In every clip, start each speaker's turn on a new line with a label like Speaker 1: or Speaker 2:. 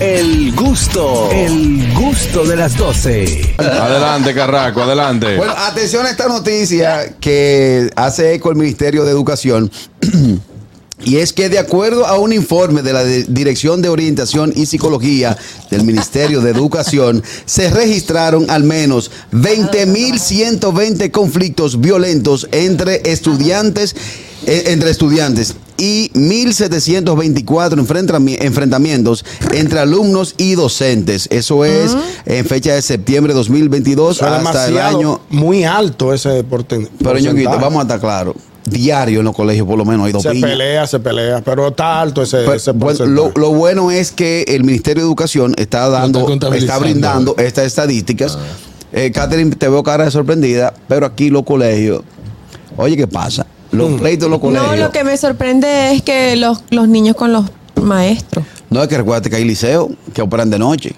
Speaker 1: El gusto, el gusto de las 12.
Speaker 2: Adelante, Carraco, adelante.
Speaker 3: Bueno, atención a esta noticia que hace eco el Ministerio de Educación. Y es que de acuerdo a un informe de la de- Dirección de Orientación y Psicología del Ministerio de Educación, se registraron al menos 20.120 conflictos violentos entre estudiantes, eh, entre estudiantes y 1.724 enfrentami- enfrentamientos entre alumnos y docentes. Eso es en fecha de septiembre de 2022
Speaker 4: Eso es
Speaker 3: hasta el
Speaker 4: demasiado,
Speaker 3: año.
Speaker 4: Muy alto ese deporte.
Speaker 3: Pero Ñonguito, vamos a estar claro. Diario en los colegios, por lo menos, hay dos
Speaker 4: Se
Speaker 3: piñas.
Speaker 4: pelea, se pelea, pero está alto ese,
Speaker 3: Pero,
Speaker 4: ese
Speaker 3: bueno, lo,
Speaker 4: porcentaje.
Speaker 3: lo bueno es que el Ministerio de Educación está dando, está
Speaker 5: contabilizando.
Speaker 3: brindando estas estadísticas. Eh, Catherine, te veo cara de sorprendida, pero aquí los colegios, oye, ¿qué pasa? Los pleitos de los colegios.
Speaker 6: No, lo que me sorprende es que los, los niños con los maestros.
Speaker 3: No, es que recuérdate que hay liceos que operan de noche.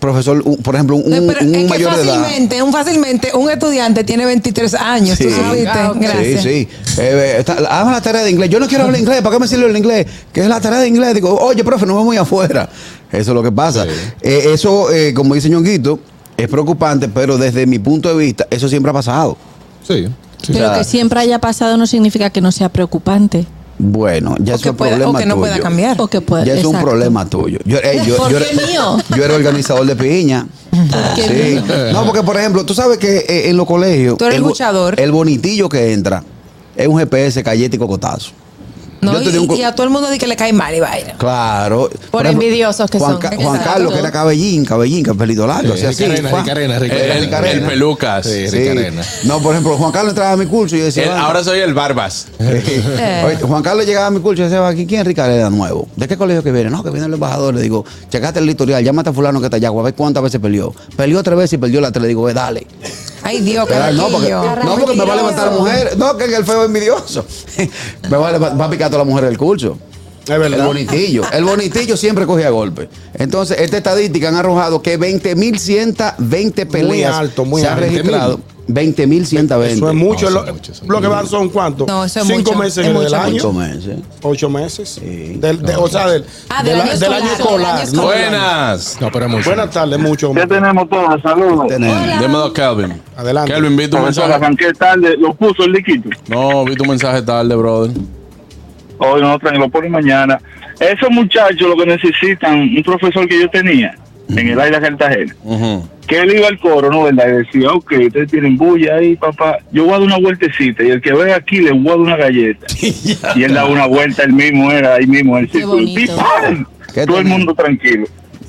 Speaker 3: Profesor, un- por ejemplo, un,
Speaker 7: No,
Speaker 3: un-
Speaker 7: pero
Speaker 3: un
Speaker 7: es que
Speaker 3: mayor de edad.
Speaker 7: fácilmente, un fácilmente, un estudiante tiene 23 años,
Speaker 3: Sí.
Speaker 7: tú supiste.
Speaker 6: Ah, ok.
Speaker 7: Gracias.
Speaker 3: Sí, sí. Eh, está- haz la tarea de inglés. Yo no quiero hablar inglés. ¿Para qué me sirve el inglés? ¿Qué es la tarea de inglés? Digo, oye, profe, no vamos muy afuera. Eso es lo que pasa. Eh, eso, eh, como dice Ñonguito, es preocupante, pero desde mi punto de vista, eso siempre ha pasado.
Speaker 5: Sí. sí.
Speaker 3: O
Speaker 8: Pero
Speaker 3: sea,
Speaker 8: que siempre haya pasado no significa que no sea preocupante.
Speaker 3: Bueno, ya
Speaker 7: O
Speaker 3: eso
Speaker 7: que,
Speaker 3: es un
Speaker 7: pueda-
Speaker 3: problema
Speaker 7: o que no
Speaker 3: tuyo.
Speaker 7: pueda cambiar. pues,
Speaker 8: O que puede,
Speaker 3: Ya eso es un
Speaker 8: exacto.
Speaker 3: problema tuyo. Yo, eh, yo-
Speaker 8: ¿Por
Speaker 3: yo
Speaker 8: qué
Speaker 3: era-
Speaker 8: mío?
Speaker 3: yo era organizador de piña.
Speaker 8: Qué
Speaker 3: Sí.
Speaker 8: bien.
Speaker 3: No, porque por ejemplo, tú sabes que eh, en los colegios.
Speaker 7: Tú eres
Speaker 3: el bo-
Speaker 7: luchador.
Speaker 3: El bonitillo que entra es un GPS callete y cocotazo.
Speaker 7: No,
Speaker 3: Yo
Speaker 7: y,
Speaker 3: tenía un co-
Speaker 7: y a todo el mundo dice que le cae mal y vaina.
Speaker 3: Claro. Por,
Speaker 6: envidiosos que
Speaker 3: Juan
Speaker 6: son.
Speaker 3: Ca- Juan
Speaker 6: Exacto.
Speaker 3: Carlos, que era cabellín, cabellín, que pelito largo.
Speaker 5: Sí,
Speaker 3: hacía así,
Speaker 5: Ricarena,
Speaker 3: ¡fua!
Speaker 5: Ricarena, Ricarena.
Speaker 3: Eh,
Speaker 2: El,
Speaker 5: Ricarena.
Speaker 2: el pelucas.
Speaker 5: Sí.
Speaker 3: Sí.
Speaker 5: Ricarena.
Speaker 3: No, por ejemplo, Juan Carlos entraba a mi curso y yo decía.
Speaker 2: El-
Speaker 3: "Bueno". eh,
Speaker 2: ahora soy el Barbas.
Speaker 6: Eh.
Speaker 3: Oye, Juan Carlos llegaba a mi curso y decía, "Aquí, ¿quién es Ricarena nuevo? ¿De qué colegio que viene? No, que viene el embajador. Le digo, checate el editorial, llámate a fulano que está allá, a ver cuántas veces peleó. Peleó tres veces y perdió las tres. Le digo, "Ve, dale.
Speaker 7: Ay, Dios,
Speaker 3: Pero no, porque,
Speaker 7: carajillo.
Speaker 3: no, porque me va a levantar la mujer. No, que el feo es envidioso. me va a, leva- va a picar a toda la mujer del curso.
Speaker 4: Es verdad.
Speaker 3: El bonitillo. El bonitillo siempre coge a golpe. Entonces, esta estadística han arrojado que 20.120 peleas
Speaker 4: alto, muy
Speaker 3: se han
Speaker 4: alto.
Speaker 3: registrado. 20.120.
Speaker 4: Eso es
Speaker 5: No,
Speaker 4: mucho. lo,
Speaker 5: eso es mucho, eso es
Speaker 4: lo que
Speaker 5: mucho.
Speaker 4: van son cuántos?
Speaker 7: No, eso es
Speaker 4: Cinco
Speaker 7: mucho,
Speaker 4: meses
Speaker 7: es
Speaker 4: del
Speaker 7: mucho,
Speaker 4: año.
Speaker 3: Ocho meses.
Speaker 4: Ocho meses. Del- de- o sea, del,
Speaker 7: Ah, del
Speaker 4: del-
Speaker 7: año
Speaker 4: del año
Speaker 7: escolar, del año
Speaker 4: escolar. ¿no?
Speaker 2: Buenas.
Speaker 5: No, pero es mucho.
Speaker 4: Buenas tardes, mucho.
Speaker 9: Ya tenemos todas, saludos.
Speaker 3: Tenemos.
Speaker 2: Deme dos, Kelvin.
Speaker 4: Adelante.
Speaker 2: Kelvin, vi tu
Speaker 9: Profesor,
Speaker 2: mensaje.
Speaker 9: arranqué tarde, lo puso el liquito.
Speaker 2: No, vi tu mensaje tarde, brother.
Speaker 9: Hoy no, tranquilo, por la mañana. Esos muchachos lo que necesitan, un profesor que yo tenía en el aire de Cartagena,
Speaker 2: Ujú.
Speaker 9: que él iba al coro, ¿no? ¿Verdad? Y decía, ok, ustedes tienen bulla ahí, papá. Yo voy a dar una vueltecita y el que ve aquí le voy a dar una galleta. y él daba una vuelta, él mismo era ahí mismo, en el
Speaker 8: Qué
Speaker 9: círculo. Y
Speaker 8: bonito.
Speaker 9: ¡pam!
Speaker 3: ¿Qué
Speaker 9: Todo el
Speaker 3: tenés?
Speaker 9: mundo tranquilo.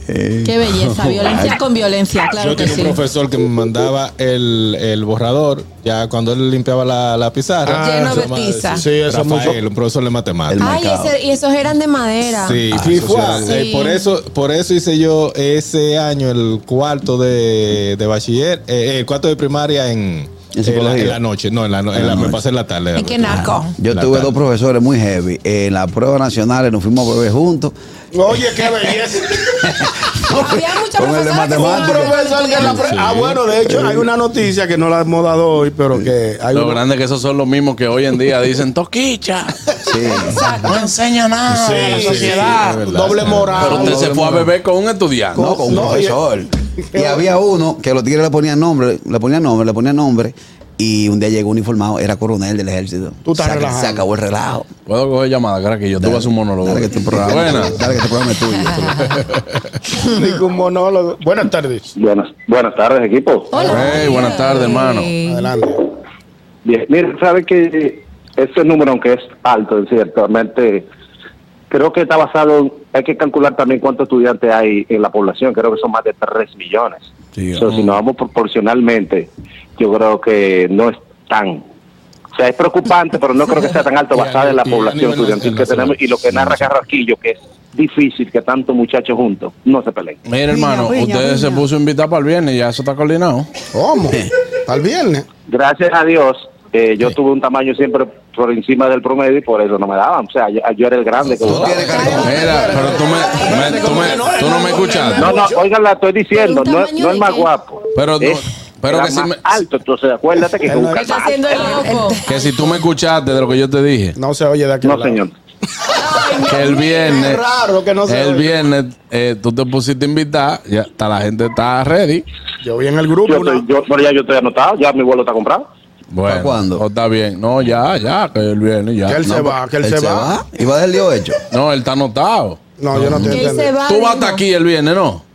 Speaker 8: Qué belleza, violencia con violencia, claro
Speaker 5: Yo
Speaker 8: que
Speaker 5: tenía un
Speaker 8: sí.
Speaker 5: profesor que me mandaba el, el borrador, ya cuando él limpiaba la, la pizarra.
Speaker 4: Ah,
Speaker 7: Lleno
Speaker 5: se
Speaker 7: de
Speaker 5: llama-
Speaker 7: tiza.
Speaker 4: Sí, eso es
Speaker 5: Rafael,
Speaker 4: mucho.
Speaker 5: un profesor de matemáticas.
Speaker 6: Ay, ese- y esos eran de madera.
Speaker 5: Sí,
Speaker 3: Ah,
Speaker 5: sí,
Speaker 3: eso
Speaker 5: fue.
Speaker 3: sí era-
Speaker 5: Eh,
Speaker 6: Sí.
Speaker 5: por eso, por eso hice yo ese año el cuarto de, de bachiller, eh, el cuarto de primaria en,
Speaker 3: ¿En
Speaker 5: en, la,
Speaker 3: psicología?
Speaker 5: en la noche, no, en la, no- en
Speaker 3: En la
Speaker 5: la- me
Speaker 3: noche.
Speaker 5: pasé en la tarde.
Speaker 7: Y que naco.
Speaker 3: Yo
Speaker 5: La
Speaker 3: tuve
Speaker 5: tarde.
Speaker 3: dos profesores muy heavy. En la prueba nacional eh, nos fuimos a beber juntos.
Speaker 4: Oye, qué belleza.
Speaker 7: Había muchas
Speaker 3: Con el de
Speaker 7: profesoras que se
Speaker 3: matemáticas.
Speaker 7: iban a
Speaker 4: Profesor, que la pre-
Speaker 5: Sí.
Speaker 4: Ah, bueno, de hecho, hay una noticia que no la hemos dado hoy, pero que hay
Speaker 2: Lo
Speaker 4: uno-
Speaker 2: grande que esos son los mismos que hoy en día dicen toquicha.
Speaker 3: Sí.
Speaker 2: No enseña nada a la
Speaker 4: Sí,
Speaker 2: sociedad.
Speaker 4: sí,
Speaker 5: es verdad.
Speaker 4: doble moral.
Speaker 2: Pero usted se
Speaker 3: no,
Speaker 2: fue a
Speaker 3: no.
Speaker 2: beber con un estudiante.
Speaker 3: No, con un
Speaker 4: No, y-
Speaker 3: profesor. Y, había uno que los tigres le ponían nombre, le ponían nombre, le ponían nombre. Y un día llegó uniformado, era coronel del ejército.
Speaker 4: Tú estás
Speaker 3: se, ac-
Speaker 4: relajando.
Speaker 3: se acabó el relajo.
Speaker 2: Puedo coger llamada, cara, que yo tuve un
Speaker 4: Oh.
Speaker 2: monólogo.
Speaker 3: Dale que tu programa,
Speaker 2: Buenas.
Speaker 3: dale que tu programa es tuyo.
Speaker 4: Ningún monólogo. Buenas tardes.
Speaker 10: Buenas, buenas tardes, equipo.
Speaker 2: Hey, buenas tardes, hermano.
Speaker 4: Adelante.
Speaker 10: Bien, mire, sabe que este número, aunque es alto, ciertamente, creo que está basado, hay que calcular también cuántos estudiantes hay en la población, creo que son más de 3 millones.
Speaker 2: Sí,
Speaker 10: So,
Speaker 2: ah.
Speaker 10: si nos vamos proporcionalmente, yo creo que no es tan... O sea, es preocupante, pero no creo que sea tan alto
Speaker 5: Y a-
Speaker 10: basada en la
Speaker 5: y a
Speaker 10: población
Speaker 5: nivel
Speaker 10: estudiantil que
Speaker 5: nacional.
Speaker 10: tenemos y lo que narra Carrasquillo, que es difícil que tantos muchachos juntos no se peleen.
Speaker 2: Mira, hermano,
Speaker 7: Piña, piña,
Speaker 2: usted se
Speaker 7: piña.
Speaker 2: puso a invitar para el viernes y ya eso está coordinado.
Speaker 4: ¿Cómo? Al viernes.
Speaker 10: gracias a Dios, eh, yo tuve un tamaño siempre por encima del promedio y por eso no me daban. O sea, yo, yo era el grande que
Speaker 3: Tú tienes
Speaker 10: votaba.
Speaker 3: cargo.
Speaker 2: Mira, pero tú, me, me- tú, me- tú no me escuchaste.
Speaker 10: No, no, oigan, la estoy diciendo,
Speaker 8: ¿Pero un
Speaker 10: no,
Speaker 8: tamaño
Speaker 10: no
Speaker 8: de
Speaker 10: es más
Speaker 8: qué?
Speaker 10: guapo.
Speaker 2: Pero no-
Speaker 10: es,
Speaker 2: pero
Speaker 10: era
Speaker 2: que si
Speaker 10: más
Speaker 2: me-
Speaker 10: alto, entonces acuérdate que es un
Speaker 6: Está
Speaker 10: capazo.
Speaker 6: haciendo el loco.
Speaker 2: Que si tú me escuchaste de lo que yo te dije.
Speaker 4: No se oye de aquel
Speaker 10: No,
Speaker 4: lado.
Speaker 10: señor.
Speaker 2: que el viernes,
Speaker 4: Es raro que no se
Speaker 2: el
Speaker 4: oiga.
Speaker 2: viernes eh, tú te pusiste a invitar, ya está, la gente está ready.
Speaker 4: Yo vi en el grupo
Speaker 10: Yo
Speaker 4: una-
Speaker 10: estoy, yo, pero ya yo estoy anotado, ya mi vuelo está comprado.
Speaker 2: Bueno,
Speaker 3: cuándo?
Speaker 2: o está bien. No, ya, ya, que el viernes ya.
Speaker 4: que él se va, que él, se, va.
Speaker 3: Y va a dejar el lío hecho.
Speaker 2: No, él está anotado.
Speaker 4: No, yo no te
Speaker 6: Que él
Speaker 4: entiendo.
Speaker 6: se va.
Speaker 2: Tú vas
Speaker 6: dijo.
Speaker 2: hasta aquí el viernes, ¿no?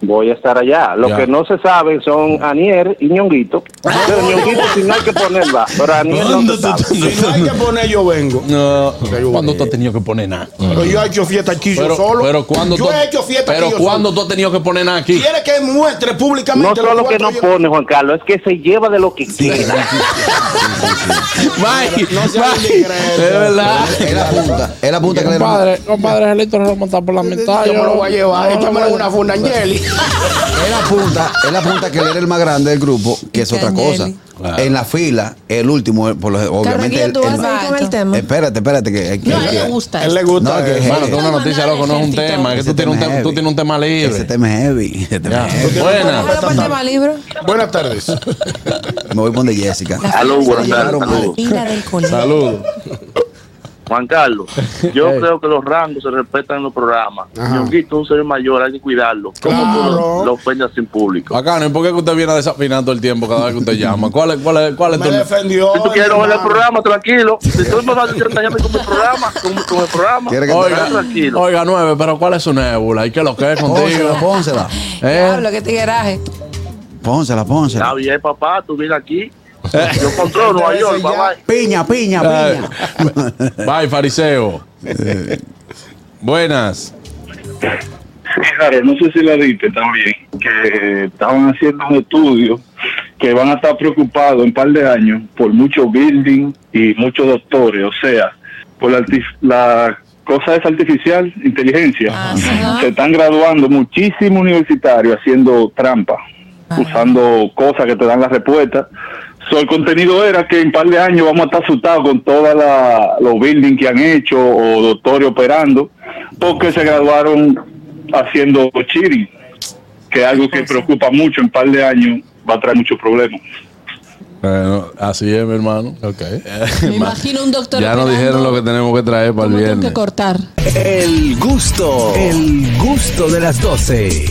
Speaker 10: Voy a estar allá. Lo
Speaker 2: Ya.
Speaker 10: que no se saben son Anier y Ñonguito. Pero Ñonguito si no hay que ponerla, pero Anier no se sabe.
Speaker 4: Si no hay que poner, yo vengo.
Speaker 2: No,
Speaker 4: Pero
Speaker 2: ¿cuándo
Speaker 4: bueno.
Speaker 2: tú has tenido que poner nada?
Speaker 4: Pero yo he hecho fiesta aquí
Speaker 2: Pero,
Speaker 4: yo solo.
Speaker 2: pero cuando
Speaker 4: yo
Speaker 2: tú,
Speaker 4: he hecho fiesta
Speaker 2: pero
Speaker 4: aquí yo
Speaker 2: cuando
Speaker 4: solo.
Speaker 2: tú has tenido que poner nada aquí.
Speaker 4: ¿Quiere que muestre
Speaker 10: No
Speaker 4: públicamente
Speaker 10: solo que no
Speaker 4: cuartos yo-
Speaker 10: pone, Juan Carlos, es que se lleva de lo que quiera.
Speaker 2: Bye,
Speaker 4: No seas
Speaker 2: bye.
Speaker 4: indigreso.
Speaker 2: De verdad.
Speaker 3: Él apunta, él apunta que le
Speaker 2: Compadre, compadre, Angelito no lo monta por la mitad.
Speaker 4: Yo me lo voy a llevar. Échamelo en una funda, Angeli.
Speaker 3: Él apunta, él apunta que él era el más grande del grupo, que es otra cosa.
Speaker 7: Cañeli.
Speaker 2: Claro.
Speaker 3: En la fila, el último, por lo- obviamente.
Speaker 6: Carraquillo,
Speaker 3: el-
Speaker 6: tú vas
Speaker 3: el-
Speaker 6: a ir con el
Speaker 7: Exacto.
Speaker 6: tema.
Speaker 3: espérate, espérate, que, que-
Speaker 8: No, a él le
Speaker 3: que-
Speaker 8: gusta.
Speaker 4: Él le
Speaker 8: eso.
Speaker 4: gusta.
Speaker 3: No, que-
Speaker 4: eso.
Speaker 2: Mano, tengo una noticia, loco, no es un
Speaker 8: Ese
Speaker 2: tema. Es que tú tienes un tema, tú tienes un tema
Speaker 3: ese
Speaker 2: libre.
Speaker 3: tema es heavy. ese tema
Speaker 2: Ya.
Speaker 3: es heavy.
Speaker 2: Buena.
Speaker 7: Ojalá por el tema libro.
Speaker 4: Buenas tardes.
Speaker 3: Me voy a poner Jessica.
Speaker 10: Aló, buenas
Speaker 3: Se la
Speaker 10: tardes.
Speaker 3: llevaron mal.
Speaker 10: saludos.
Speaker 7: Mira del colegio.
Speaker 2: Saludos.
Speaker 10: Juan Carlos, yo creo que los rangos se respetan en los programas.
Speaker 4: Ajá.
Speaker 10: Ñonguito es un ser mayor, hay que cuidarlo. Como tú
Speaker 4: Claro.
Speaker 10: lo- lo ofendas sin público?
Speaker 2: Bacano, ¿y por qué que usted viene desafinando el tiempo cada vez que usted llama? ¿Cuál es, cuál es, cuál es
Speaker 4: Me
Speaker 2: tu
Speaker 4: defendió.
Speaker 10: Si tú quieres
Speaker 4: hermano.
Speaker 10: ver el programa, tranquilo. Si tú me vas a decir llame con mi programa, con, con el programa,
Speaker 3: ¿Quiere que te-
Speaker 10: Oiga,
Speaker 2: Oiga,
Speaker 10: tranquilo.
Speaker 2: oiga, nueve, pero ¿cuál es su nébula? ¿Y qué lo que es
Speaker 3: Pónsela,
Speaker 2: contigo?
Speaker 3: pónsela.
Speaker 2: ¿Eh?
Speaker 7: Diablo, qué tigueraje.
Speaker 3: Pónsela,
Speaker 10: Está
Speaker 3: pónsela.
Speaker 10: bien, papá, tú vienes aquí. Yo controlo Nueva York, bye bye.
Speaker 3: Piña, piña,
Speaker 2: Ay.
Speaker 3: piña.
Speaker 2: Bye, fariseo.
Speaker 3: Eh.
Speaker 2: Buenas.
Speaker 9: Claro, no sé si la viste también, que estaban haciendo un estudio que van a estar preocupados en un par de años por mucho building y muchos doctores, o sea, por la, arti- la cosa es artificial, inteligencia.
Speaker 7: Ajá.
Speaker 9: Se están graduando muchísimos universitarios haciendo trampa, usando cosas que te dan las respuestas. So, el contenido era que en un par de años vamos a estar asustados con todos los buildings que han hecho o doctores operando, porque se graduaron haciendo cheating, que es algo que preocupa mucho en un par de años, va a traer muchos problemas.
Speaker 2: Bueno, así es, mi hermano.
Speaker 5: Ok.
Speaker 8: Me imagino un doctor.
Speaker 2: Ya nos
Speaker 8: operando
Speaker 2: dijeron lo que tenemos que traer para el
Speaker 8: cómo tengo
Speaker 2: viernes.
Speaker 8: que cortar.
Speaker 1: El gusto, el gusto de las 12.